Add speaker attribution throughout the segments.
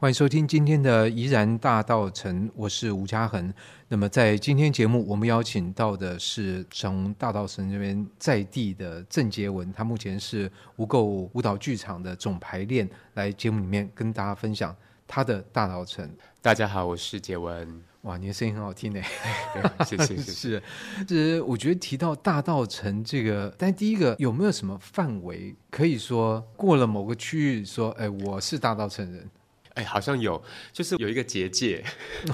Speaker 1: 欢迎收听今天的怡然大道城，我是吴嘉恒。那么在今天节目，我们邀请到的是从大道城这边在地的郑杰文，他目前是无垢舞蹈剧场的总排练，来节目里面跟大家分享他的大道城。
Speaker 2: 大家好，我是杰文。
Speaker 1: 哇，你的声音很好听呢。
Speaker 2: 对谢谢谢谢。
Speaker 1: 是，是，我觉得提到大道城这个，但第一个有没有什么范围可以说过了某个区域说，哎，我是大道城人？
Speaker 2: 哎，好像有，就是有一个结界，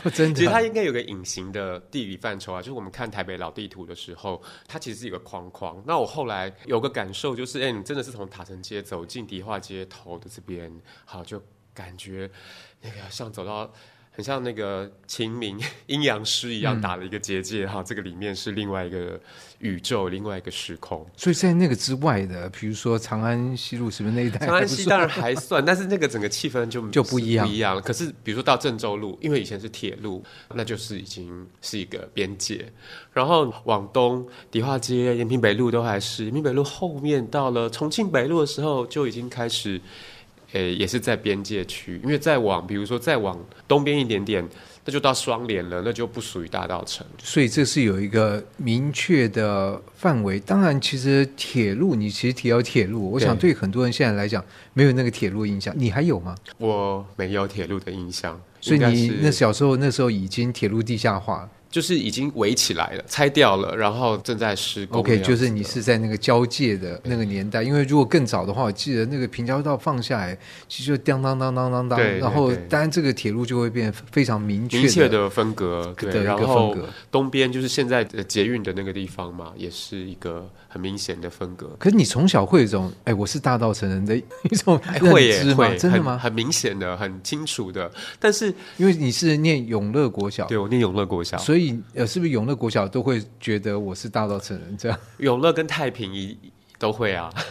Speaker 1: 哦、真的，
Speaker 2: 其实它应该有个隐形的地理范畴啊。就是我们看台北老地图的时候，它其实是一个框框。那我后来有个感受就是，哎，你真的是从塔城街走进迪化街头的这边，好，就感觉那个像走到。很像那个秦明阴阳师一样打了一个结界哈、这个里面是另外一个宇宙，另外一个时空。
Speaker 1: 所以在那个之外的，比如说长安西路是不是那一带？
Speaker 2: 长安西当然还算，但是那个整个气氛就
Speaker 1: 就不一样
Speaker 2: 不一样了。可是比如说到郑州路，因为以前是铁路，那就是已经是一个边界。然后往东，迪化街、延平北路都还是，延平北路后面到了重庆北路的时候，就已经开始，诶、也是在边界区。因为再往，比如说再往东边一点点，那就到双连了，那就不属于大道城。
Speaker 1: 所以这是有一个明确的范围。当然，其实铁路，你其实提到铁路，我想对很多人现在来讲，没有那个铁路印象，你还有吗？
Speaker 2: 我没有铁路的印象，
Speaker 1: 所以
Speaker 2: 应该
Speaker 1: 你
Speaker 2: 是
Speaker 1: 那小时候那时候已经铁路地下化了
Speaker 2: 就是已经围起来了，拆掉了，然后正在施工的
Speaker 1: ，OK，
Speaker 2: 样子了。
Speaker 1: 就是你是在那个交界的那个年代，因为如果更早的话，我记得那个平交道放下来，其实就当当当当当当，
Speaker 2: 对对
Speaker 1: 然后
Speaker 2: 对
Speaker 1: 当然这个铁路就会变得非常明确
Speaker 2: 明确
Speaker 1: 的
Speaker 2: 的分隔，
Speaker 1: 的一
Speaker 2: 对，
Speaker 1: 个
Speaker 2: 然
Speaker 1: 风
Speaker 2: 后
Speaker 1: 格。
Speaker 2: 东边就是现在呃捷运的那个地方嘛，也是一个很明显的分隔。
Speaker 1: 可是你从小会有一种，哎，我是大道城人的 一种
Speaker 2: 哎
Speaker 1: 认
Speaker 2: 会
Speaker 1: 知
Speaker 2: 耶，
Speaker 1: 吗？
Speaker 2: 会，
Speaker 1: 真的
Speaker 2: 很
Speaker 1: 吗？
Speaker 2: 很明显的，很清楚的。但是，
Speaker 1: 因为你是念永乐国小，
Speaker 2: 对我念永乐国小，
Speaker 1: 所以呃，是不是永乐国小都会觉得我是大道城人这样？
Speaker 2: 永乐跟太平一都会啊，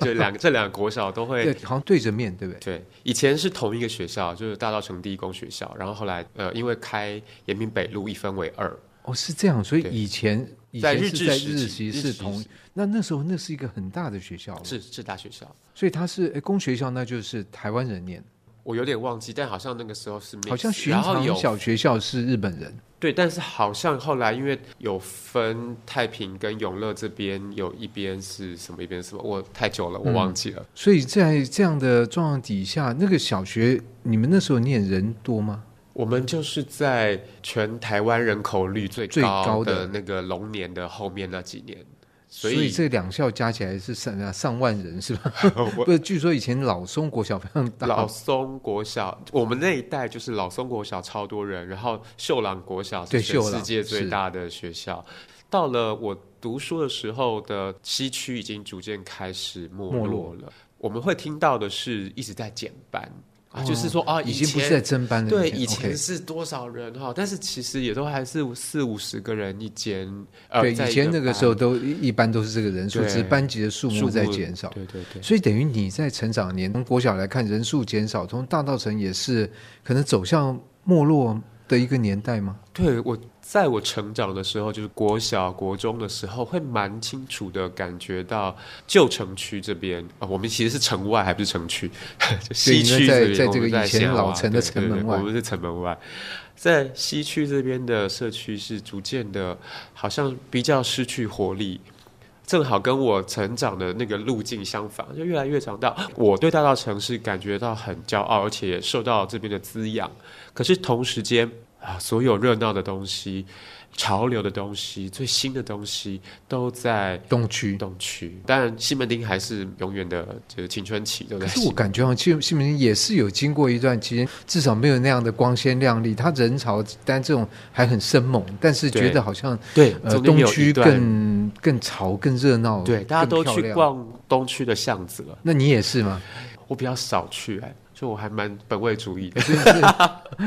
Speaker 2: 就两个这两个国小都会
Speaker 1: 对，好像对着面对不对？
Speaker 2: 对，以前是同一个学校，就是大道城第一工学校，然后后来呃，因为开延平北路一分为二，
Speaker 1: 哦，是这样，所以
Speaker 2: 对
Speaker 1: 以前以
Speaker 2: 在
Speaker 1: 前
Speaker 2: 日
Speaker 1: 是
Speaker 2: 治
Speaker 1: 在
Speaker 2: 时
Speaker 1: 日
Speaker 2: 期
Speaker 1: 期
Speaker 2: 日
Speaker 1: 是
Speaker 2: 治
Speaker 1: 同
Speaker 2: 时期，
Speaker 1: 那那时候那是一个很大的学校，
Speaker 2: 是是大学校。
Speaker 1: 所以它是哎公学校，那就是台湾人念，
Speaker 2: 我有点忘记，但好像那个时候是 mix，
Speaker 1: 好像寻
Speaker 2: 然后
Speaker 1: 常
Speaker 2: 有
Speaker 1: 小学校是日本人，
Speaker 2: 对，但是好像后来因为有分太平跟永乐这边有一边是什么，一边是什么，我太久了，我忘记了。
Speaker 1: 所以在这样的状况底下，那个小学你们那时候念人多吗？
Speaker 2: 我们就是在全台湾人口率最
Speaker 1: 最高
Speaker 2: 高
Speaker 1: 的
Speaker 2: 的那个龙年的后面那几 年，
Speaker 1: 所
Speaker 2: 所
Speaker 1: 以
Speaker 2: 以
Speaker 1: 这两校加起来是上呃上万人是吧？
Speaker 2: 我
Speaker 1: 不是，据说以前老松国小非常大，
Speaker 2: 老松国小，我们那一代就是老松国小超多人，然后秀朗国小
Speaker 1: 对
Speaker 2: 是
Speaker 1: 秀
Speaker 2: 全
Speaker 1: 朗
Speaker 2: 世界最
Speaker 1: 是
Speaker 2: 大的学校。到了我读书的时候的西区已经逐渐开始没
Speaker 1: 没
Speaker 2: 落了，我们会听到的是一直在减班、啊，就是说啊，
Speaker 1: 哦已
Speaker 2: 以
Speaker 1: 经不是
Speaker 2: 前
Speaker 1: 在争班了。
Speaker 2: 对，
Speaker 1: 以
Speaker 2: 以
Speaker 1: 前 OK
Speaker 2: 前是多少人哈？但是其实也都还是四五十个人一间，呃，
Speaker 1: 对，
Speaker 2: 在
Speaker 1: 以
Speaker 2: 一
Speaker 1: 前那个
Speaker 2: 班
Speaker 1: 时候都一一般都是这个人数，
Speaker 2: 对
Speaker 1: 只是班级的数
Speaker 2: 数
Speaker 1: 目在减少。
Speaker 2: 对对对，
Speaker 1: 所以等于你在成长年，从国小来看，人数减少，从大道城也是可能走向没落的一个年代吗？
Speaker 2: 对我，在我成长的时候，就是国小、国中的时候，会蛮清楚的感觉到旧城区这边啊、我们其实是城外，还不是城区， 就
Speaker 1: 所
Speaker 2: 西
Speaker 1: 以
Speaker 2: 区
Speaker 1: 你们在
Speaker 2: 这
Speaker 1: 在
Speaker 2: 边，我
Speaker 1: 这个
Speaker 2: 们
Speaker 1: 以前
Speaker 2: 显
Speaker 1: 老
Speaker 2: 化
Speaker 1: 城的
Speaker 2: 对对
Speaker 1: 城门
Speaker 2: 对
Speaker 1: 外
Speaker 2: 我们是城门外，在西区这边的社区是逐渐的，好像比较失去活力。正好跟我成长的那个路径相反，就越来越长大。我对大道城市感觉到很骄傲，而且也受到这边的滋养。可是同时间啊，所有热闹的东西、潮流的东西、最新的东西都在
Speaker 1: 东区。
Speaker 2: 东区。当然，西门町还是永远的就是青春期都
Speaker 1: 可
Speaker 2: 在
Speaker 1: 是
Speaker 2: 西
Speaker 1: 我感觉好像西西门町也是有经过一段期间，至少没有那样的光鲜亮丽。它人潮，但这种还很生猛，但是觉
Speaker 2: 对
Speaker 1: 得好像
Speaker 2: 对
Speaker 1: 呃
Speaker 2: 中间
Speaker 1: 东
Speaker 2: 有
Speaker 1: 区
Speaker 2: 一段
Speaker 1: 更更潮、更热闹，
Speaker 2: 对，大家都
Speaker 1: 更漂
Speaker 2: 去
Speaker 1: 亮。
Speaker 2: 逛东区的巷子了。
Speaker 1: 那你也是 吗？
Speaker 2: 我比较少去、哎，就我还蛮本位主义的，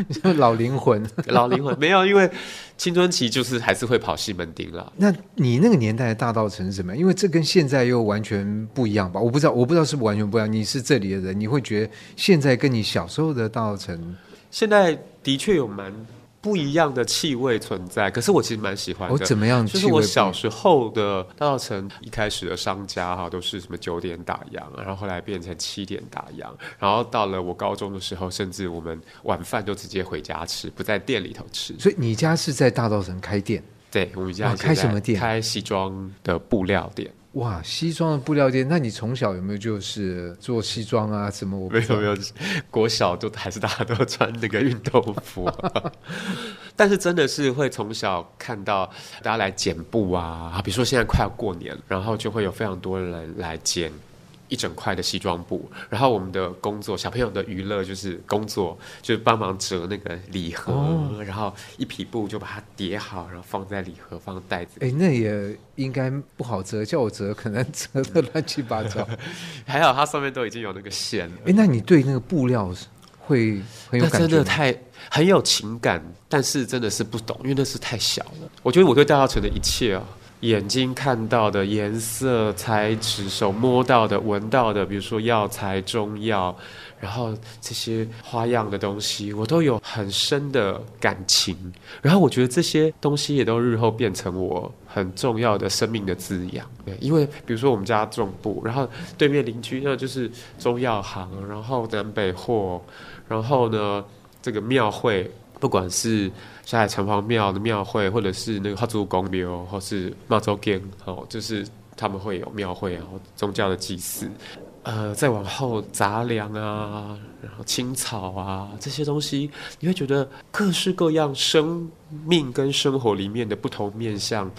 Speaker 1: 你是 老灵魂。
Speaker 2: 老灵魂没有，因为青春期就是还是会跑西门町啦。
Speaker 1: 那你那个年代的大道城是什么样？因为这跟现在又完全不一样吧？我不知道，我不知道是不是完全不一样。你是这里的人，你会觉得现在跟你小时候的大道城
Speaker 2: 现在的确有蛮不一样的气味存在。可是我其实蛮喜欢
Speaker 1: 我
Speaker 2: 的。
Speaker 1: 哦怎么样？
Speaker 2: 就是我小时候的大稻城一开始的商家哈、都是什么九点打烊，然后后来变成七点打烊，然后到了我高中的时候，甚至我们晚饭就直接回家吃，不在店里头吃。
Speaker 1: 所以你家是在大稻城开店？
Speaker 2: 对，我们家
Speaker 1: 哇
Speaker 2: 现
Speaker 1: 哦
Speaker 2: 在
Speaker 1: 开什么店
Speaker 2: 开西装的布料店。
Speaker 1: 哇，西装的布料店，那你从小有没有就是做西装啊？什么？我不
Speaker 2: 没
Speaker 1: 知道
Speaker 2: 有没有，国小就还是大家都穿那个运动服， 但是真的是会从小看到大家来剪布啊，比如说现在快要过年，然后就会有非常多人来剪。一整块的西装布，然后我们的工作，小朋友的娱乐就是工作，就是帮忙折那个礼盒，
Speaker 1: 哦
Speaker 2: 然后一匹布就把它叠好，然后放在礼盒，放袋子里。
Speaker 1: 哎，那也应该不好折，叫我折可能折的乱七八糟。
Speaker 2: 还好它上面都已经有那个线了。
Speaker 1: 哎，那你对那个布料会很有
Speaker 2: 那
Speaker 1: 感觉吗？
Speaker 2: 真的太很有情感，但是真的是不懂，因为那是太小了。我觉得我对大稻城的一切啊、眼睛看到的颜色、材质、手摸到的、闻到的，比如说药材、中药，然后这些花样的东西，我都有很深的感情。然后我觉得这些东西也都日后变成我很重要的生命的滋养。对，因为比如说我们家种布，然后对面邻居那就是中药行，然后南北货，然后呢这个庙会。不管是下海城隍庙的庙会，或者是那个花烛公庙，或是茂州殿，哦，就是他们会有庙会，然后宗教的祭祀，呃，再往后杂粮啊，然后青草啊这些东西，你会觉得各式各样生命跟生活里面的不同面向，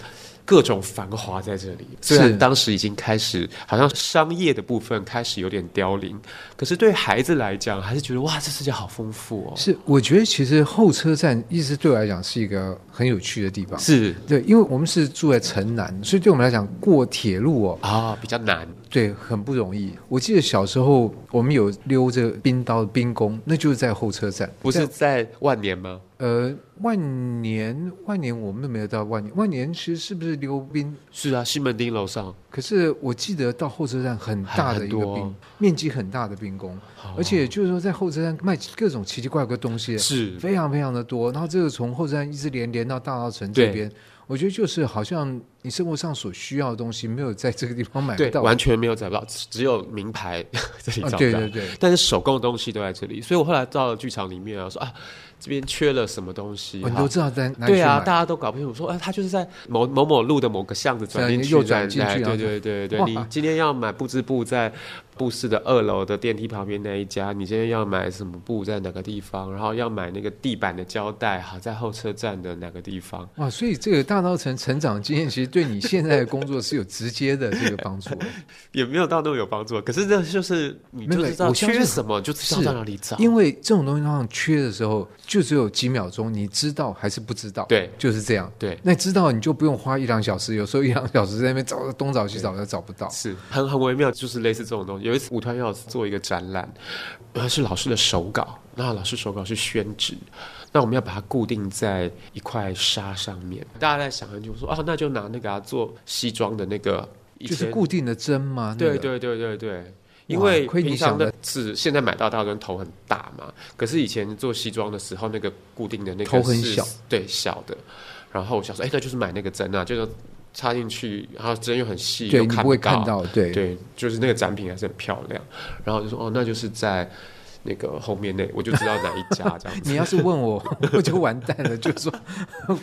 Speaker 2: 各种繁华在这里。虽
Speaker 1: 是
Speaker 2: 然当时已经开始，好像商业的部分开始有点凋零，可是对孩子来讲，还是觉得哇，这世界好丰富哦。
Speaker 1: 是，我觉得其实后车站一直对我来讲是一个很有趣的地方。
Speaker 2: 是
Speaker 1: 对，因为我们是住在城南，所以对我们来讲过铁路哦，
Speaker 2: 啊、比较难
Speaker 1: 对，很不容易。我记得小时候我们有溜着冰刀的冰宫，那就是在后车站，
Speaker 2: 不是在万年吗？
Speaker 1: 呃，万年，万年我们都没有到万年，万年其实是不是溜冰？
Speaker 2: 是啊，西门町楼上，
Speaker 1: 可是我记得到后车站很大的一个
Speaker 2: 很多哦
Speaker 1: 冰，面积很大的冰宫，而且就是说在后车站卖各种奇奇怪怪的东西，
Speaker 2: 是
Speaker 1: 非常非常的多。然后这个从后车站一直连连到大稻城这
Speaker 2: 对
Speaker 1: 边，我觉得就是好像你生活上所需要的东西没有在这个地方买
Speaker 2: 对
Speaker 1: 不，到，
Speaker 2: 完全没有找不到，只只有名牌 这里
Speaker 1: 啊
Speaker 2: 找不到。
Speaker 1: 对对对，
Speaker 2: 但是手工的东西都在这里，所以我后来到了剧场里面啊，说啊，这边缺了什么东西，
Speaker 1: 哦你
Speaker 2: 哈
Speaker 1: 都知道在哪里
Speaker 2: 对
Speaker 1: 去
Speaker 2: 啊，
Speaker 1: 买。
Speaker 2: 大家都搞不清楚，说啊，他就是在某某某路的某个巷子转进去，
Speaker 1: 对又转进去
Speaker 2: 哎
Speaker 1: 然后
Speaker 2: 对对对对，
Speaker 1: 哇
Speaker 2: 你今天要买布织布在布市的二楼的电梯旁边那一家，你今天要买什么布在哪个地方，然后要买那个地板的胶带，好在候车站的哪个地方，
Speaker 1: 哇，所以这个大稻城成长经验，其实对你现在的工作是有直接的这个帮 助的。
Speaker 2: 也没有到那么有帮助，啊可是这就是你
Speaker 1: 没有
Speaker 2: 就知道
Speaker 1: 我相信
Speaker 2: 缺什么，就知道
Speaker 1: 是
Speaker 2: 到哪里找，
Speaker 1: 因为这种东西通常缺的时候，就只有几秒钟，你知道还是不知道，
Speaker 2: 对
Speaker 1: 就是这样。
Speaker 2: 对。
Speaker 1: 那知道你就不用花一两小时，有时候一两小时在那边找东找西找，又找不到。
Speaker 2: 是很很微妙，就是类似这种东西。有一次舞团要做一个展览，呃，是老师的手稿，那老师手稿是宣纸，那我们要把它固定在一块纱上面。大家在想很久说，哦，那就拿那个、啊、做西装的那个，以
Speaker 1: 就是
Speaker 2: 前
Speaker 1: 固定的针吗？那
Speaker 2: 对
Speaker 1: 个
Speaker 2: 对对对对。因为
Speaker 1: 亏你
Speaker 2: 平常
Speaker 1: 想
Speaker 2: 的纸，现在买到大专头很大嘛，可是以前做西装的时候，那个固定的那个
Speaker 1: 头很
Speaker 2: 是
Speaker 1: 小，
Speaker 2: 对小的。然后我想说，哎，那就是买那个针啊，就是插进去，然后针又很细，
Speaker 1: 对
Speaker 2: 又
Speaker 1: 你
Speaker 2: 看
Speaker 1: 不会看到，对
Speaker 2: 对，就是那个展品还是很漂亮。然后我就说哦，那就是在那个后面那，我就知道哪一家这样子。
Speaker 1: 你要是问我，我就完蛋了，就是说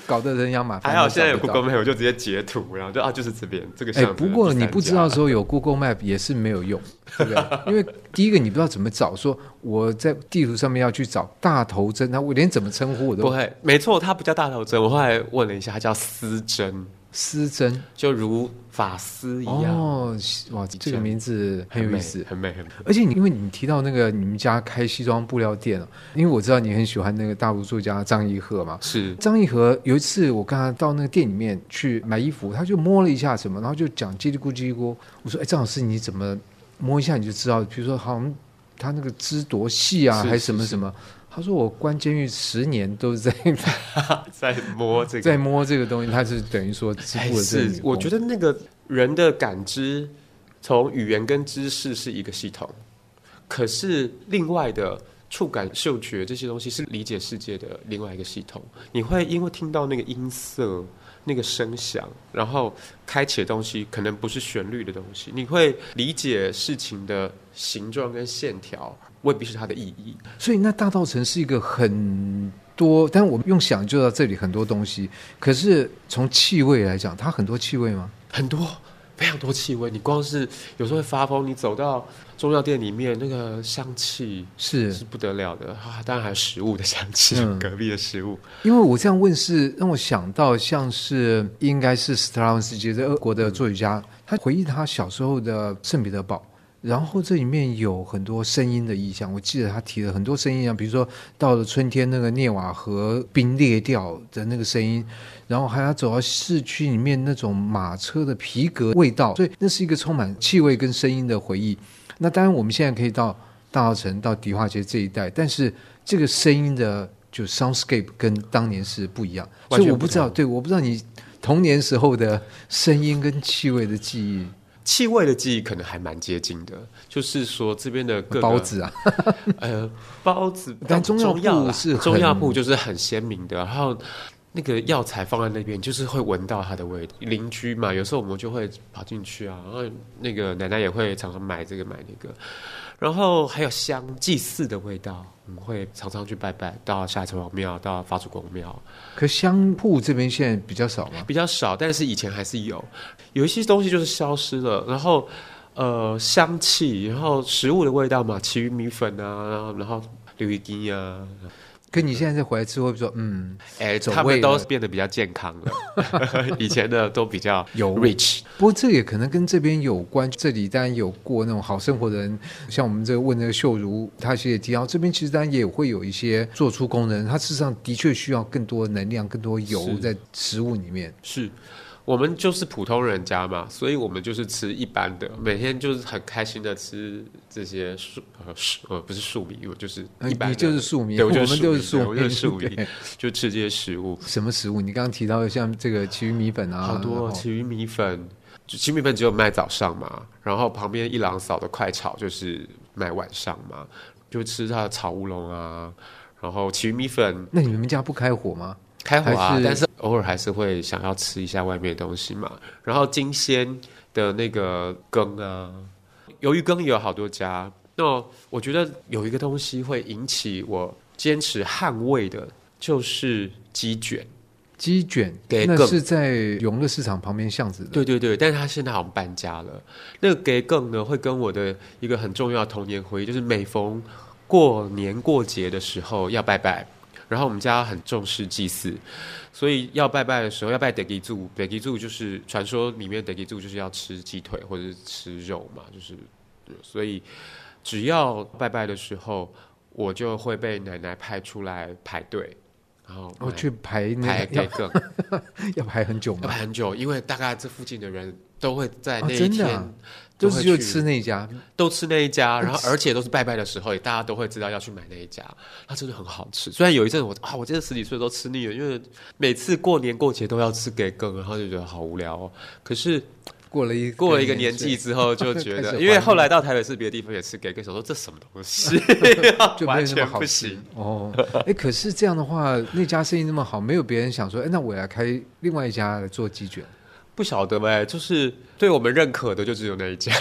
Speaker 1: 搞得人仰马翻。
Speaker 2: 还好
Speaker 1: 都找
Speaker 2: 现在有
Speaker 1: 不到
Speaker 2: Google Map，我就直接截图，然后就啊，就是这边这个
Speaker 1: 哎，
Speaker 2: 巷子。
Speaker 1: 不过
Speaker 2: 第
Speaker 1: 你
Speaker 2: 三
Speaker 1: 不知
Speaker 2: 家
Speaker 1: 道的时候有 Google Map 也是没有用，对不对？ 因为第一个你不知道怎么找，说我在地图上面要去找大头针，那我连怎么称呼我
Speaker 2: 不
Speaker 1: 都
Speaker 2: 会，没错，它不叫大头针。我后来问了一下，它叫丝针，
Speaker 1: 丝针
Speaker 2: 就如发丝一样，
Speaker 1: 哦，西哇，这个
Speaker 2: 前
Speaker 1: 名字很有
Speaker 2: 美
Speaker 1: 意思。
Speaker 2: 很美，很美。
Speaker 1: 而且你因为你提到那个你们家开西装布料店了，因为我知道你很喜欢那个大陆作家张一鹤嘛。
Speaker 2: 是
Speaker 1: 张一和有一次，我跟他到那个店里面去买衣服，他就摸了一下什么，然后就讲叽里咕叽里咕。我说：“哎，张老师，你怎么摸一下你就知道？比如说，好像他那个织多细啊，
Speaker 2: 是
Speaker 1: 还是什么
Speaker 2: 是是
Speaker 1: 什么？”他说：“我关监狱十年都 是在
Speaker 2: 在摸这个
Speaker 1: 在。摸这个东西，他是等于说织
Speaker 2: 哎
Speaker 1: 布的这个哦女
Speaker 2: 是，
Speaker 1: 工
Speaker 2: 我觉得那个人的感知，从语言跟知识是一个系统，可是另外的触感、嗅觉这些东西是理解世界的另外一个系统。你会因为听到那个音色、那个声响，然后开启的东西可能不是旋律的东西，你会理解事情的形状跟线条，未必是它的意义。
Speaker 1: 所以那大道城是一个很多，但我们用想就到这里很多东西。可是从气味来讲，它很多气味吗？
Speaker 2: 很多非常多气味，你光是有时候会发疯，你走到中药店里面，那个香气
Speaker 1: 是
Speaker 2: 是不得了的啊！当然还有食物的香气，
Speaker 1: 嗯
Speaker 2: 隔壁的食物，
Speaker 1: 因为我这样问是让我想到像是应该是斯特拉文斯基，这俄国的作曲家，他回忆他小时候的圣彼得堡。然后这里面有很多声音的意象，我记得他提了很多声音啊，比如说到了春天那个涅瓦河冰裂掉的那个声音，然后还要走到市区里面那种马车的皮革味道，所以那是一个充满气味跟声音的回忆。那当然，我们现在可以到大稻城、到迪化街这一带，但是这个声音的就 soundscape 跟当年是不一样，
Speaker 2: 完
Speaker 1: 所
Speaker 2: 全
Speaker 1: 以我不
Speaker 2: 不
Speaker 1: 知道，
Speaker 2: 同
Speaker 1: 对，我不知道你童年时候的声音跟气味的记忆，
Speaker 2: 气味的记忆可能还蛮接近的。就是说这边的各个
Speaker 1: 包，子啊，
Speaker 2: 呃，包子，
Speaker 1: 但中
Speaker 2: 中
Speaker 1: 药
Speaker 2: 药
Speaker 1: 铺
Speaker 2: 啦
Speaker 1: 是很
Speaker 2: 中药铺就是很鲜明的，然后。那个药材放在那边，就是会闻到它的味道。邻居嘛，有时候我们就会跑进去啊，然后那个奶奶也会常常买这个买那个，然后还有香祭祀的味道，我们会常常去拜拜，到下城隍庙，到发主公庙，
Speaker 1: 可香铺这边现在比较少嘛，
Speaker 2: 比较少，但是以前还是有，有一些东西就是消失了，然后呃香气，然后食物的味道嘛，奇鱼米粉啊，然后然后鱿鱼羹啊，
Speaker 1: 可你现在再回来吃，会不会说嗯
Speaker 2: 哎、
Speaker 1: 走
Speaker 2: 他
Speaker 1: 味
Speaker 2: 们都
Speaker 1: 了
Speaker 2: 变得比较健康了，以前的都比较
Speaker 1: 有
Speaker 2: rich，
Speaker 1: 不过这也可能跟这边有关，这里当然有过那种好生活的人，像我们这个问那个秀如，她其实也提到，这边其实当然也会有一些做出工人，他事实上的确需要更多能量、更多油
Speaker 2: 是
Speaker 1: 在食物里面。
Speaker 2: 是。我们就是普通人家嘛，所以我们就是吃一般的，每天就是很开心的吃这些树呃树呃不是树米，我就是
Speaker 1: 呃
Speaker 2: 一般的、
Speaker 1: 你就是庶民，
Speaker 2: 对我就是
Speaker 1: 们都是
Speaker 2: 庶
Speaker 1: 庶
Speaker 2: 民对我就是庶民
Speaker 1: 对
Speaker 2: 就吃这些食物。
Speaker 1: 什么食物？你刚刚提到的像这个奇鱼米粉啊，
Speaker 2: 好多
Speaker 1: 然后
Speaker 2: 奇鱼米粉，就奇鱼米粉只有卖早上嘛，然后旁边一郎嫂的快炒就是卖晚上嘛，就吃它的炒乌龙啊，然后奇鱼米粉
Speaker 1: 那你们家不开火吗？
Speaker 2: 开火啊
Speaker 1: 还，是
Speaker 2: 但是偶尔还是会想要吃一下外面的东西嘛，然后金鲜的那个羹啊，鱿鱼羹也有好多家。那我觉得有一个东西会引起我坚持捍卫的，就是鸡卷。
Speaker 1: 鸡卷，
Speaker 2: 给
Speaker 1: 那
Speaker 2: 更
Speaker 1: 是在永乐市场旁边巷子的。
Speaker 2: 对对对，但是他现在好像搬家了。那个给更呢，会跟我的一个很重要的童年回忆，就是每逢过年过节的时候要拜拜。然后我们家很重视祭祀，所以要拜拜的时候要拜德基柱，德基柱就是传说里面德基柱就是要吃鸡腿或者是吃肉嘛，就是所以只要拜拜的时候，我就会被奶奶派出来排队，然后
Speaker 1: 我哦去排那
Speaker 2: 排
Speaker 1: 个
Speaker 2: 给
Speaker 1: 要
Speaker 2: 更。
Speaker 1: 要排很久
Speaker 2: 要
Speaker 1: 吗？
Speaker 2: 排很久，因为大概这附近的人都会在
Speaker 1: 哦
Speaker 2: 那一
Speaker 1: 真
Speaker 2: 天、
Speaker 1: 的啊
Speaker 2: 都
Speaker 1: 都
Speaker 2: 会
Speaker 1: 是
Speaker 2: 去
Speaker 1: 就吃哦那一家，
Speaker 2: 都吃那一家，然后而且都是拜拜的时候，也大家都会知道要去买那一家，它真的很好吃。虽然有一阵我啊，我真的十几岁都吃腻了，因为每次过年过节都要吃给羹，然后就觉得好无聊哦。可是
Speaker 1: 过了一
Speaker 2: 过了一个年纪之后，就觉
Speaker 1: 开始
Speaker 2: 得，
Speaker 1: 怀
Speaker 2: 因
Speaker 1: 念
Speaker 2: 为后来到台北市别的地方也吃给羹，想说这什么东西，
Speaker 1: 就没有那
Speaker 2: 完
Speaker 1: 么
Speaker 2: 全
Speaker 1: 好
Speaker 2: 不
Speaker 1: 吃
Speaker 2: 行。
Speaker 1: 哦。哎，可是这样的话，那家生意那么好，没有别人想说，哎，那我来开另外一家来做鸡卷。
Speaker 2: 不晓得呗，就是对我们认可的就只有那一 家，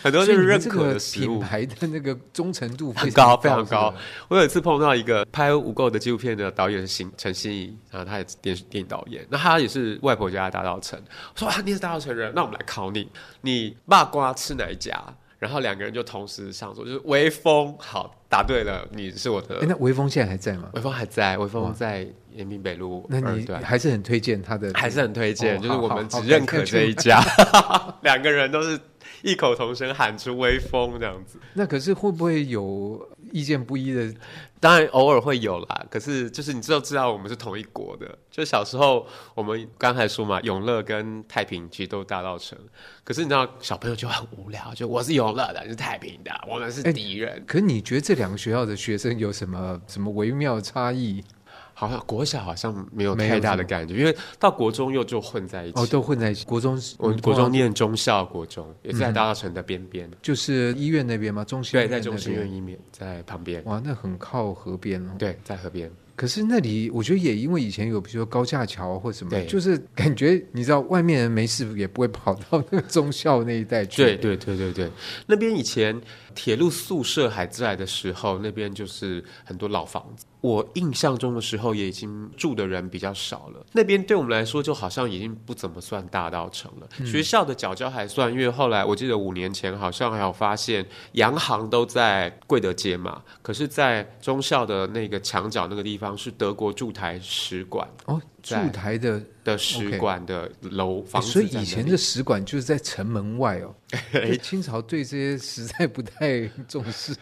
Speaker 2: 很
Speaker 1: 所以
Speaker 2: 多就是
Speaker 1: 你们
Speaker 2: 认
Speaker 1: 这
Speaker 2: 可
Speaker 1: 个
Speaker 2: 的食
Speaker 1: 品
Speaker 2: 物。
Speaker 1: 牌的那个忠诚 度
Speaker 2: 很
Speaker 1: 高
Speaker 2: 高，，非常高
Speaker 1: 是吧。。
Speaker 2: 我有一次碰到一个拍《无垢》的纪录片的导演邢陈欣怡，然后他也是电视电影导演，那他也是外婆家的大稻城。我说啊，你也是大稻城人，那我们来考你，你麻瓜吃哪一家？然后两个人就同时上桌，就是微风，好，答对了，你是我
Speaker 1: 哎，
Speaker 2: 的。
Speaker 1: 那微风现在还在吗？
Speaker 2: 微风还在，微
Speaker 1: 哇
Speaker 2: 风在延平北路
Speaker 1: 那
Speaker 2: 二
Speaker 1: 你
Speaker 2: 段。
Speaker 1: 还是很推荐他的，
Speaker 2: 呃啊还是很推荐，
Speaker 1: 哦
Speaker 2: 就是我们
Speaker 1: 好好
Speaker 2: 只
Speaker 1: 好
Speaker 2: 认可这一家， 两个人都是异口同声喊出微风这样子。
Speaker 1: 那可是会不会有意见不一的？
Speaker 2: 当然偶尔会有啦，可是就是你知道知道我们是同一国的，就小时候我们刚才说嘛，永乐跟太平其实都是大稻城，可是你知道小朋友就很无聊，就我是永乐的，你是太平的，啊我们是敌人，
Speaker 1: 可你觉得这两个学校的学生有什么什么微妙差异？
Speaker 2: 哎好像国小好像没有
Speaker 1: 没有
Speaker 2: 太大
Speaker 1: 什
Speaker 2: 的
Speaker 1: 么
Speaker 2: 感觉，因为到国中又就混在一起。
Speaker 1: 哦，都混在一起。国中，
Speaker 2: 我们国中念中校国中，也是在
Speaker 1: 嗯
Speaker 2: 大稻城的边边，
Speaker 1: 就是医院那边嘛，中心
Speaker 2: 对，在
Speaker 1: 医院
Speaker 2: 中
Speaker 1: 那
Speaker 2: 心院
Speaker 1: 边。
Speaker 2: 一面，在旁边，
Speaker 1: 哇，那很靠河边哦。
Speaker 2: 对，在河边，
Speaker 1: 可是那里，我觉得也因为以前有，比如说高架桥或什么，
Speaker 2: 对
Speaker 1: 就是感觉你知道，外面人没事也不会跑到那个中校那一带去。
Speaker 2: 对，对对对对，那边以前铁路宿舍还在的时候，那边就是很多老房子。我印象中的时候，也已经住的人比较少了。那边对我们来说，就好像已经不怎么算大道城了。
Speaker 1: 嗯
Speaker 2: 学校的角角还算，因为后来我记得五年前好像还有发现，洋行都在贵德街嘛，可是，在中校的那个墙角那个地方是德国驻台使馆
Speaker 1: 哦，驻
Speaker 2: 在
Speaker 1: 台的，
Speaker 2: 的使
Speaker 1: OK
Speaker 2: 馆的楼
Speaker 1: 哎
Speaker 2: 房子
Speaker 1: 所
Speaker 2: 在
Speaker 1: 以
Speaker 2: 那里。
Speaker 1: 以前的使馆就是在城门外 哦。就清朝对这些实在不太重视，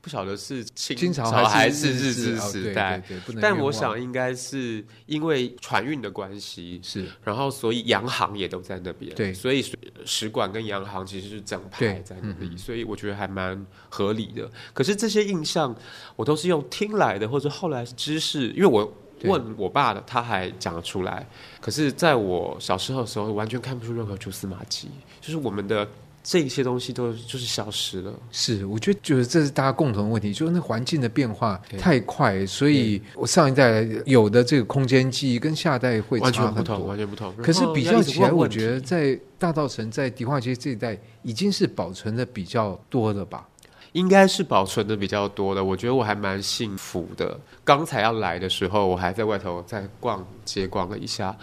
Speaker 2: 不晓得是
Speaker 1: 清
Speaker 2: 清
Speaker 1: 朝
Speaker 2: 还
Speaker 1: 是
Speaker 2: 日
Speaker 1: 治
Speaker 2: 治
Speaker 1: 哦
Speaker 2: 时代，
Speaker 1: 对对对不能
Speaker 2: 但
Speaker 1: 冤
Speaker 2: 我
Speaker 1: 枉啊
Speaker 2: 想应该是因为船运的关系，
Speaker 1: 是
Speaker 2: 然后所以洋行也都在那边，
Speaker 1: 对
Speaker 2: 所以使使馆跟洋行其实是整排
Speaker 1: 对嗯
Speaker 2: 在那里，所以我觉得还蛮合理的。可是这些印象我都是用听来的，或者后来知识，因为我。
Speaker 1: 对
Speaker 2: 问我爸的，他还讲得出来。可是，在我小时候的时候，完全看不出任何蛛丝马迹，就是我们的这一些东西都就是消失了。
Speaker 1: 是，我觉得就是这是大家共同的问题，就是那环境的变化
Speaker 2: 对
Speaker 1: 太快，所以我上一代有的这个空间记忆跟下一代会
Speaker 2: 完
Speaker 1: 差
Speaker 2: 全不
Speaker 1: 很
Speaker 2: 同，
Speaker 1: 多。
Speaker 2: 完全不同。
Speaker 1: 可是
Speaker 2: 然后
Speaker 1: 比
Speaker 2: 要
Speaker 1: 较
Speaker 2: 一直
Speaker 1: 起来，
Speaker 2: 问
Speaker 1: 我
Speaker 2: 问题
Speaker 1: 觉得在大稻城、在迪化街这一带已经是保存的比较多了吧？
Speaker 2: 应该是保存的比较多的。我觉得我还蛮幸福的。刚才要来的时候，我还在外头再逛街逛了一下。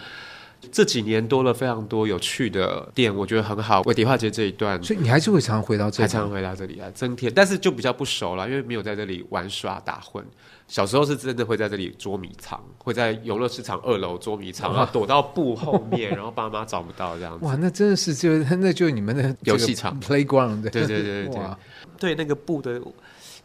Speaker 2: 这几年多了非常多有趣的店，我觉得很好。我迪化街这一段
Speaker 1: 所以你还是会常回到这
Speaker 2: 还
Speaker 1: 里。
Speaker 2: 常回到这里来增添，但是就比较不熟了，因为没有在这里玩耍打混。小时候是真的会在这里捉迷藏，会在游乐市场二楼捉迷藏，然后躲到布后面，然后爸妈找不到这样子。
Speaker 1: 哇，那真的是就 那就是你们的这个
Speaker 2: 游戏 场
Speaker 1: playground，
Speaker 2: 对对对对对
Speaker 1: 哇
Speaker 2: 对那个布的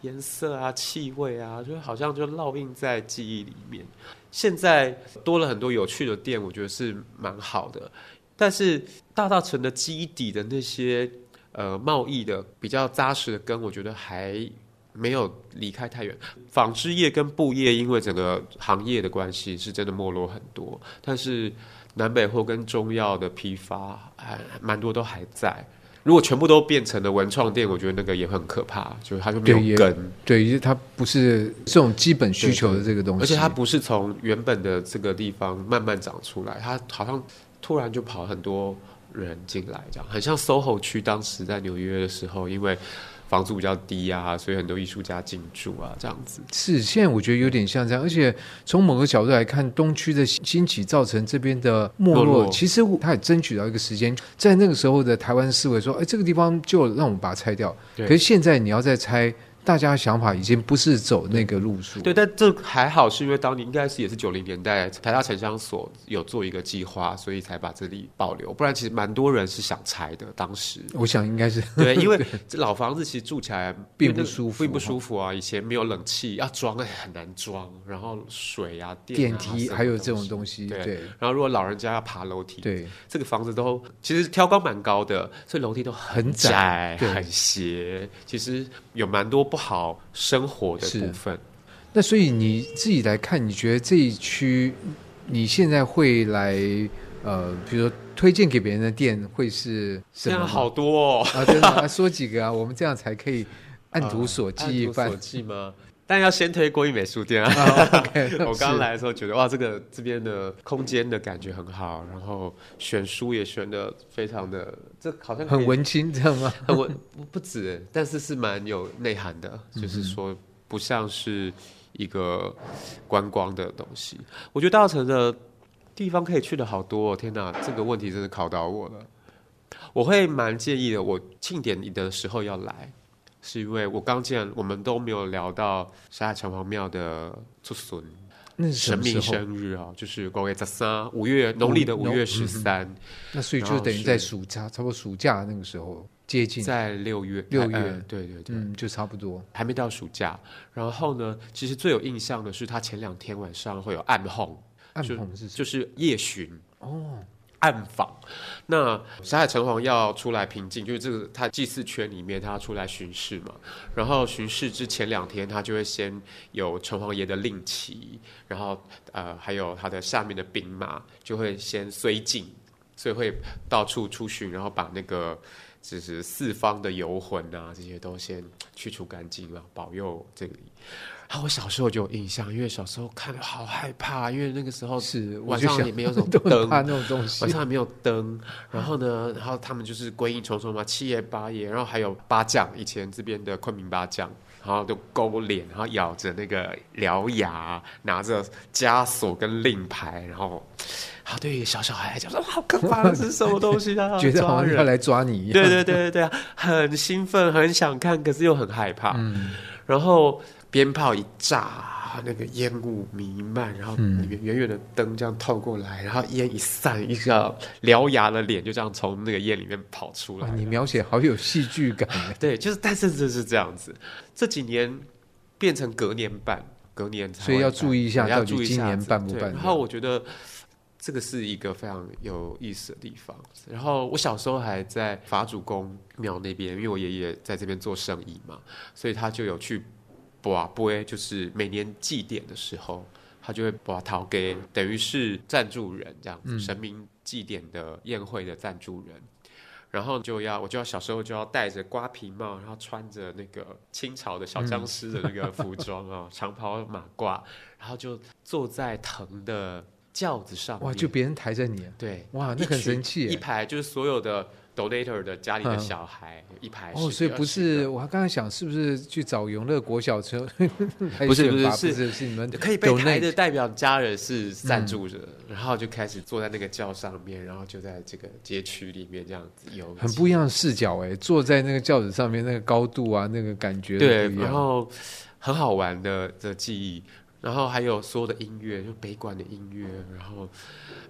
Speaker 2: 颜色啊、气味啊，就好像就烙印在记忆里面。现在多了很多有趣的店，我觉得是蛮好的。但是大稻城的基底的那些呃贸易的比较扎实的根，我觉得还没有离开太远。纺织业跟布业因为整个行业的关系，是真的没落很多。但是南北货跟中药的批发，还蛮多都还在。如果全部都变成了文创店，我觉得那个也很可怕，就是它就没
Speaker 1: 对也
Speaker 2: 有根，
Speaker 1: 对，因为它不是这种基本需求的这个东西，
Speaker 2: 而且它不是从原本的这个地方慢慢长出来，它好像突然就跑很多人进来，这样很像 SOHO 区当时在纽约的时候，因为房租比较低啊，所以很多艺术家进驻啊，这样子。
Speaker 1: 是，现在我觉得有点像这样，而且从某个角度来看，东区的兴起造成这边的没落，
Speaker 2: 没落
Speaker 1: 其实他也争取到一个时间，在那个时候的台湾思维说，哎，这个地方就让我们把它拆掉。
Speaker 2: 对
Speaker 1: 可是现在你要再拆，大家想法已经不是走那个路数。
Speaker 2: 对，但这还好，是因为当年应该是也是九零年代台大城乡所有做一个计划，所以才把这里保留，不然其实蛮多人是想拆的，当时。
Speaker 1: 我想应该是
Speaker 2: 对，因为这老房子其实住起来
Speaker 1: 并不舒服
Speaker 2: 并不舒服啊。以前没有冷气，要装哎很难装，然后水啊、
Speaker 1: 电
Speaker 2: 啊
Speaker 1: 梯
Speaker 2: 什么
Speaker 1: 还有
Speaker 2: 东
Speaker 1: 这种
Speaker 2: 西
Speaker 1: 东西，
Speaker 2: 对
Speaker 1: 对
Speaker 2: 然后如果老人家要爬楼梯，
Speaker 1: 对，
Speaker 2: 这个房子都其实挑高蛮高的，所以楼梯都
Speaker 1: 很
Speaker 2: 很
Speaker 1: 窄
Speaker 2: 窄、
Speaker 1: 对
Speaker 2: 很斜。其实有蛮多不好生活的
Speaker 1: 是
Speaker 2: 部分。
Speaker 1: 那所以你自己来看，你觉得这一区你现在会来呃，比如说推荐给别人的店会是什
Speaker 2: 现
Speaker 1: 么
Speaker 2: 在
Speaker 1: 吗？
Speaker 2: 好多哦，呃
Speaker 1: 啊，真的、啊，说几个啊，我们这样才可以按图索骥一
Speaker 2: 按
Speaker 1: 番
Speaker 2: 图。索骥吗？但要先推国艺美术店啊。
Speaker 1: 啊 OK，
Speaker 2: 我刚
Speaker 1: 是，
Speaker 2: 来的时候觉得哇，这个这边的空间的感觉很好，然后选书也选的非常的，这好像可以
Speaker 1: 很文青，知道吗？
Speaker 2: 很文不不止，但是是蛮有内涵的，
Speaker 1: 嗯
Speaker 2: 就是说不像是一个观光的东西。我觉得大城的地方可以去的好多、哦，天哪，这个问题真的考倒我了。我会蛮建议的，我庆典你的时候要来，是因为我刚见我们都没有聊到沙海城隍庙的祖孙。
Speaker 1: 那是什
Speaker 2: 神
Speaker 1: 么
Speaker 2: 明
Speaker 1: 时候？
Speaker 2: 生啊日啊，就是五月十三，五月农历的
Speaker 1: 农
Speaker 2: 五月十三，
Speaker 1: 那所以就等于在暑假，
Speaker 2: 啊
Speaker 1: 差不多暑假那个时候接近，
Speaker 2: 在六月
Speaker 1: 六
Speaker 2: 呃
Speaker 1: 月
Speaker 2: 对对对，
Speaker 1: 嗯，就差不多。
Speaker 2: 还没到暑假。然后呢，其实最有印象的是，他前两天晚上会有暗红，
Speaker 1: 暗
Speaker 2: 就
Speaker 1: 红是什
Speaker 2: 就是夜巡。
Speaker 1: 么？哦，
Speaker 2: 暗访。那霞海城隍要出来平静，就是这个他祭祀圈里面他要出来巡视嘛。然后巡视之前两天，他就会先有城隍爷的令旗，然后呃还有他的下面的兵马就会先绥靖，所以会到处出巡，然后把那个就是四方的游魂啊这些都先去除干净了，保佑这里。然后我小时候就有印象，因为小时候看好害怕，因为那个时候
Speaker 1: 是我
Speaker 2: 哦晚
Speaker 1: 就
Speaker 2: 上
Speaker 1: 想
Speaker 2: 也 没有什么
Speaker 1: 都很
Speaker 2: 灯
Speaker 1: 怕，那种东西？
Speaker 2: 晚。上还没有灯，然后呢，然后他们就是归隐重重嘛，七爷八爷，然后还有八将，以前这边的昆明八将，然后就勾脸，然后咬着那个獠牙，拿着枷锁跟令牌，然后，啊，对于小小孩来讲说，哇好可怕，这是什么东西 啊
Speaker 1: 觉得好
Speaker 2: 抓
Speaker 1: 像
Speaker 2: 人
Speaker 1: 要来抓你一样。
Speaker 2: 对对对对对啊，很兴奋，很想看，可是又很害怕。
Speaker 1: 嗯
Speaker 2: 然后鞭炮一炸，那个烟雾弥漫，然后
Speaker 1: 嗯
Speaker 2: 远远远的灯这样透过来，然后烟一散，一个獠牙的脸就这样从那个烟里面跑出来
Speaker 1: 哦哇，。你描写好有戏剧感。啊
Speaker 2: 对，就是，但是就是这样子。这几年变成隔年办，隔年才会办，
Speaker 1: 所以要注意一下
Speaker 2: 对
Speaker 1: 到
Speaker 2: 要
Speaker 1: 底
Speaker 2: 注意一
Speaker 1: 今
Speaker 2: 下
Speaker 1: 年
Speaker 2: 子
Speaker 1: 办不
Speaker 2: 对
Speaker 1: 办
Speaker 2: 然
Speaker 1: 这
Speaker 2: 后
Speaker 1: 样
Speaker 2: 我觉得这个是一个非常有意思的地方。然后我小时候还在法主公庙那边，因为我爷爷在这边做生意嘛，所以他就有去卜卜，就是每年祭典的时候，他就会把陶给，等于是赞助人这样子，
Speaker 1: 嗯
Speaker 2: 神明祭典的宴会的赞助人。然后就要，我就要小时候就要戴着瓜皮帽，然后穿着那个清朝的小僵尸的那个服装啊、
Speaker 1: 嗯
Speaker 2: 长袍马褂，然后就坐在藤的轿子上面。
Speaker 1: 哇，就别人抬着你啊，
Speaker 2: 对，
Speaker 1: 哇，
Speaker 2: 一
Speaker 1: 那很
Speaker 2: 群
Speaker 1: 神气
Speaker 2: 一
Speaker 1: 耶。
Speaker 2: 排就是所有的 donator 的家里的
Speaker 1: 嗯
Speaker 2: 小孩，一排
Speaker 1: 哦，
Speaker 2: 10
Speaker 1: 所以不是，
Speaker 2: 20
Speaker 1: 我刚才想是不是去找永乐国小车？
Speaker 2: 不是
Speaker 1: 还选拔
Speaker 2: 不是
Speaker 1: 不是是你们
Speaker 2: 个可以被抬
Speaker 1: donate
Speaker 2: 的代表家人是赞助者，然后就开始坐在那个轿上面，然后就在这个街区里面这样子游
Speaker 1: 很
Speaker 2: 街
Speaker 1: 不一样的视角哎，坐在那个轿子上面，那个高度啊，那个感觉都
Speaker 2: 对，
Speaker 1: 不一
Speaker 2: 然
Speaker 1: 样。
Speaker 2: 后很好玩的的记忆，然后还有所有的音乐，就北管的音乐，然后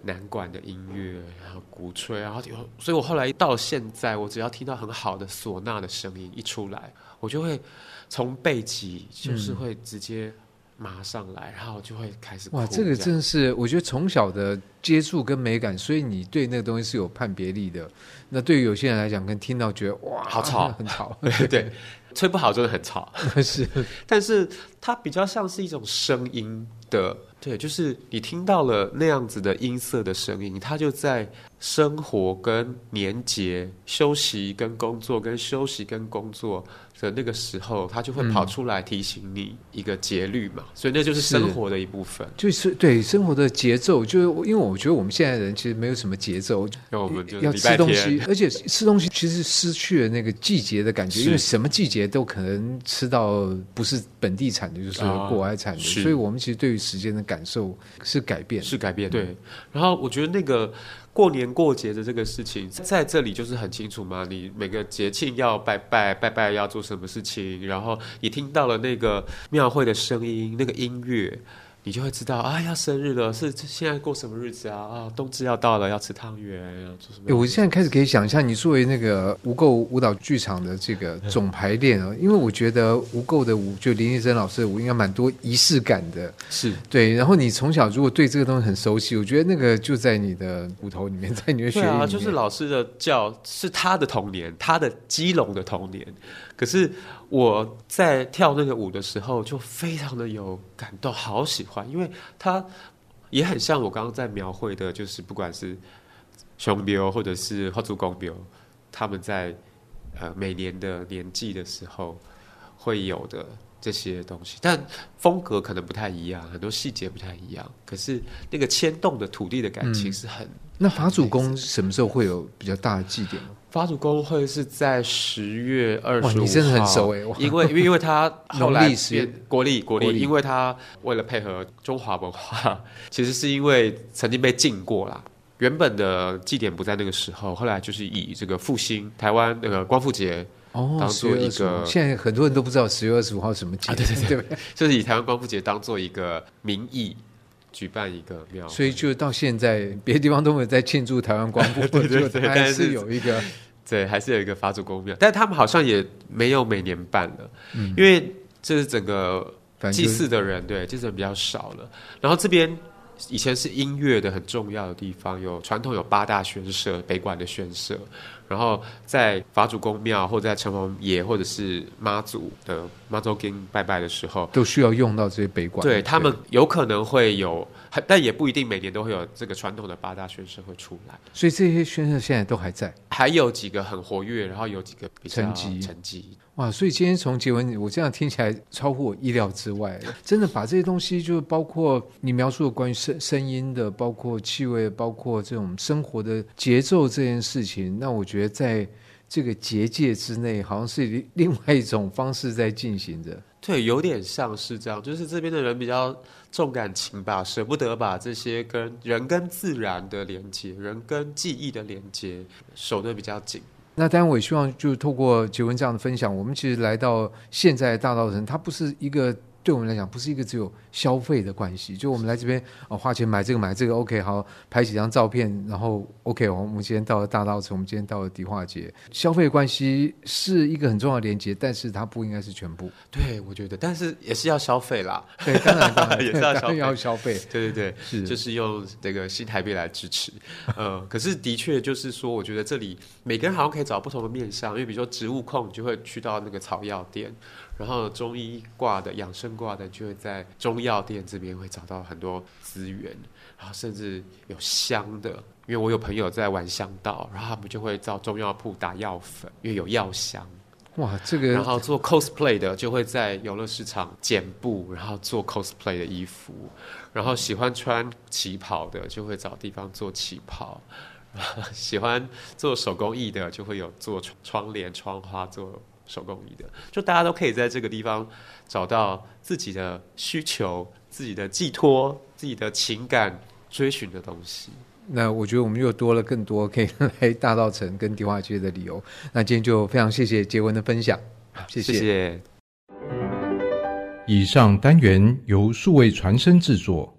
Speaker 2: 南管的音乐，然后鼓吹，然后有，所以我后来到现在，我只要听到很好的唢呐的声音一出来，我就会从背脊就是会直接麻上来，然后就会开始
Speaker 1: 哇，
Speaker 2: 哭
Speaker 1: 这个
Speaker 2: 样
Speaker 1: 真是我觉得从小的接触跟美感，所以你对那个东西是有判别力的。那对于有些人来讲，跟听到觉得哇，
Speaker 2: 好吵
Speaker 1: 很吵，
Speaker 2: 对 对，吹不好真的很吵。
Speaker 1: 是
Speaker 2: 但是它比较像是一种声音的，对，就是你听到了那样子的音色的声音，它就在生活跟年节、休息跟工作、跟休息跟工作的那个时候，它就会
Speaker 1: 嗯
Speaker 2: 跑出来提醒你一个节律嘛，所以那就是
Speaker 1: 是
Speaker 2: 生活的一部分。
Speaker 1: 就是对生活的节奏，就是我因为我觉得我们现在的人其实没有什么节奏，
Speaker 2: 那我们就
Speaker 1: 要
Speaker 2: 礼
Speaker 1: 吃
Speaker 2: 拜
Speaker 1: 东
Speaker 2: 天
Speaker 1: 西，而且吃东西其实失去了那个季节的感觉，
Speaker 2: 是
Speaker 1: 因为什么季节都可能吃到不是本地产的，就是
Speaker 2: 啊
Speaker 1: 国外产的，
Speaker 2: 是
Speaker 1: 所以我们其实对于时间的感受是改变的。
Speaker 2: 是改变，对。然后我觉得那个过年过节的这个事情，在这里就是很清楚嘛，你每个节庆要拜拜，拜拜要做什么事情，然后你听到了那个庙会的声音，那个音乐。你就会知道啊，要生日了，是现在过什么日子啊？啊，冬至要到了，要吃汤圆，要做什么？
Speaker 1: 哎，我现在开始可以想象，你作为那个无垢舞蹈剧场的这个
Speaker 2: 嗯
Speaker 1: 总排练啊，因为我觉得无垢的舞，就林医生老师的舞，应该蛮多仪式感的。
Speaker 2: 是
Speaker 1: 对，然后你从小如果对这个东西很熟悉，我觉得那个就在你的骨头里面，在你的血
Speaker 2: 对
Speaker 1: 液里
Speaker 2: 啊，
Speaker 1: 面。
Speaker 2: 就是老师的教是他的童年，他的基隆的童年。可是我在跳那个舞的时候，就非常的有感动，好喜欢，因为他也很像我刚刚在描绘的，就是不管是雄标或者是后足公标，他们在呃每年的年纪的时候会有的这些东西，但风格可能不太一样，很多细节不太一样。可是那个牵动的土地的感情是很。
Speaker 1: 那法主公什么时候会有比较大的祭典吗？
Speaker 2: 发主公会是在十月二
Speaker 1: 哇，
Speaker 2: 十五，
Speaker 1: 你真的很熟
Speaker 2: 哎。
Speaker 1: 哎！哇
Speaker 2: 因为因为因 为他后来
Speaker 1: 农历10月
Speaker 2: 变国历
Speaker 1: 国
Speaker 2: 国历，
Speaker 1: 历
Speaker 2: 因为他为了配合中华文化， 其实是因为曾经被禁过啦。原本的祭典不在那个时候，后来就是以这个复兴台湾那个光复节，
Speaker 1: 哦，
Speaker 2: 当
Speaker 1: 十
Speaker 2: 做
Speaker 1: 月
Speaker 2: 一
Speaker 1: 二十五，
Speaker 2: 个啊
Speaker 1: 现在很多人都不知道十月二十五号什么节，对对对
Speaker 2: 就是以台湾光复节当做一个名义举办一个庙会，
Speaker 1: 所以就到现在，别的地方都没有在庆祝台湾光复，
Speaker 2: 对对对
Speaker 1: 就它还
Speaker 2: 但
Speaker 1: 是
Speaker 2: 是
Speaker 1: 有一个
Speaker 2: 对，还是有一个法主公庙，但他们好像也没有每年办了，
Speaker 1: 嗯
Speaker 2: 因为这是整个
Speaker 1: 反正
Speaker 2: 祭
Speaker 1: 就是
Speaker 2: 祀的人，对，祭祀人比较少了。然后这边以前是音乐的很重要的地方，有传统有八大宣社、北管的宣社，然后在法主公庙或者在城隍爷或者是妈祖的妈祖经拜拜的时候，
Speaker 1: 都需要用到这些北管。
Speaker 2: 对他们有可能会有，但也不一定每年都会有这个传统的八大宣社会出来。
Speaker 1: 所以这些宣社现在都还在。
Speaker 2: 还有几个很活跃，然后有几个比较
Speaker 1: 沉寂
Speaker 2: 沉寂
Speaker 1: 哇，所以今天从结文，我这样听起来超乎我意料之外，真的把这些东西，就是包括你描述的关于声声音的，包括气味，包括这种生活的节奏这件事情，那我觉得在这个结界之内，好像是另另外一种方式在进行着。
Speaker 2: 对，有点像是这样，就是这边的人比较重感情吧，舍不得把这些跟人跟自然的连接、人跟记忆的连接守得比较紧。
Speaker 1: 那当然，我也希望就是透过杰文这样的分享，我们其实来到现在的大稻城，它不是一个对我们来讲不是一个只有消费的关系，就我们来这边啊、哦花钱买这个买这个，OK 好，拍几张照片，然后 OK 我们今天到了大稻城，我们今天到了迪化街，消费的关系是一个很重要的连接，但是它不应该是全部。
Speaker 2: 对，我觉得，但是也是要消费啦。
Speaker 1: 对，当然当然
Speaker 2: 也是要
Speaker 1: 当
Speaker 2: 消
Speaker 1: 然
Speaker 2: 费
Speaker 1: 要消费，
Speaker 2: 对对对，
Speaker 1: 是
Speaker 2: 就是用这个新台币来支持。 呃，可是的确就是说，我觉得这里每个人好像可以找不同的面向，因为比如说植物控，你就会去到那个草药店，然后中医挂的、养生挂的，就会在中药店这边会找到很多资源，然后甚至有香的。因为我有朋友在玩香道，然后他们就会到中药铺打药粉，因为有药香。
Speaker 1: 哇，这
Speaker 2: 然
Speaker 1: 个
Speaker 2: 后做 cosplay 的就会在游乐市场剪布，然后做 cosplay 的衣服，然后喜欢穿旗袍的就会找地方做旗袍， 喜欢做手工艺的就会有做窗窗帘、窗花做手工艺的，就大家都可以在这个地方找到自己的需求、自己的寄托、自己的情感追寻的东西。
Speaker 1: 那我觉得我们又多了更多可以 来大稻城跟迪化街的理由。那今天就非常谢谢杰文的分享，谢
Speaker 2: 谢谢
Speaker 3: 以上单元由数位传声制作，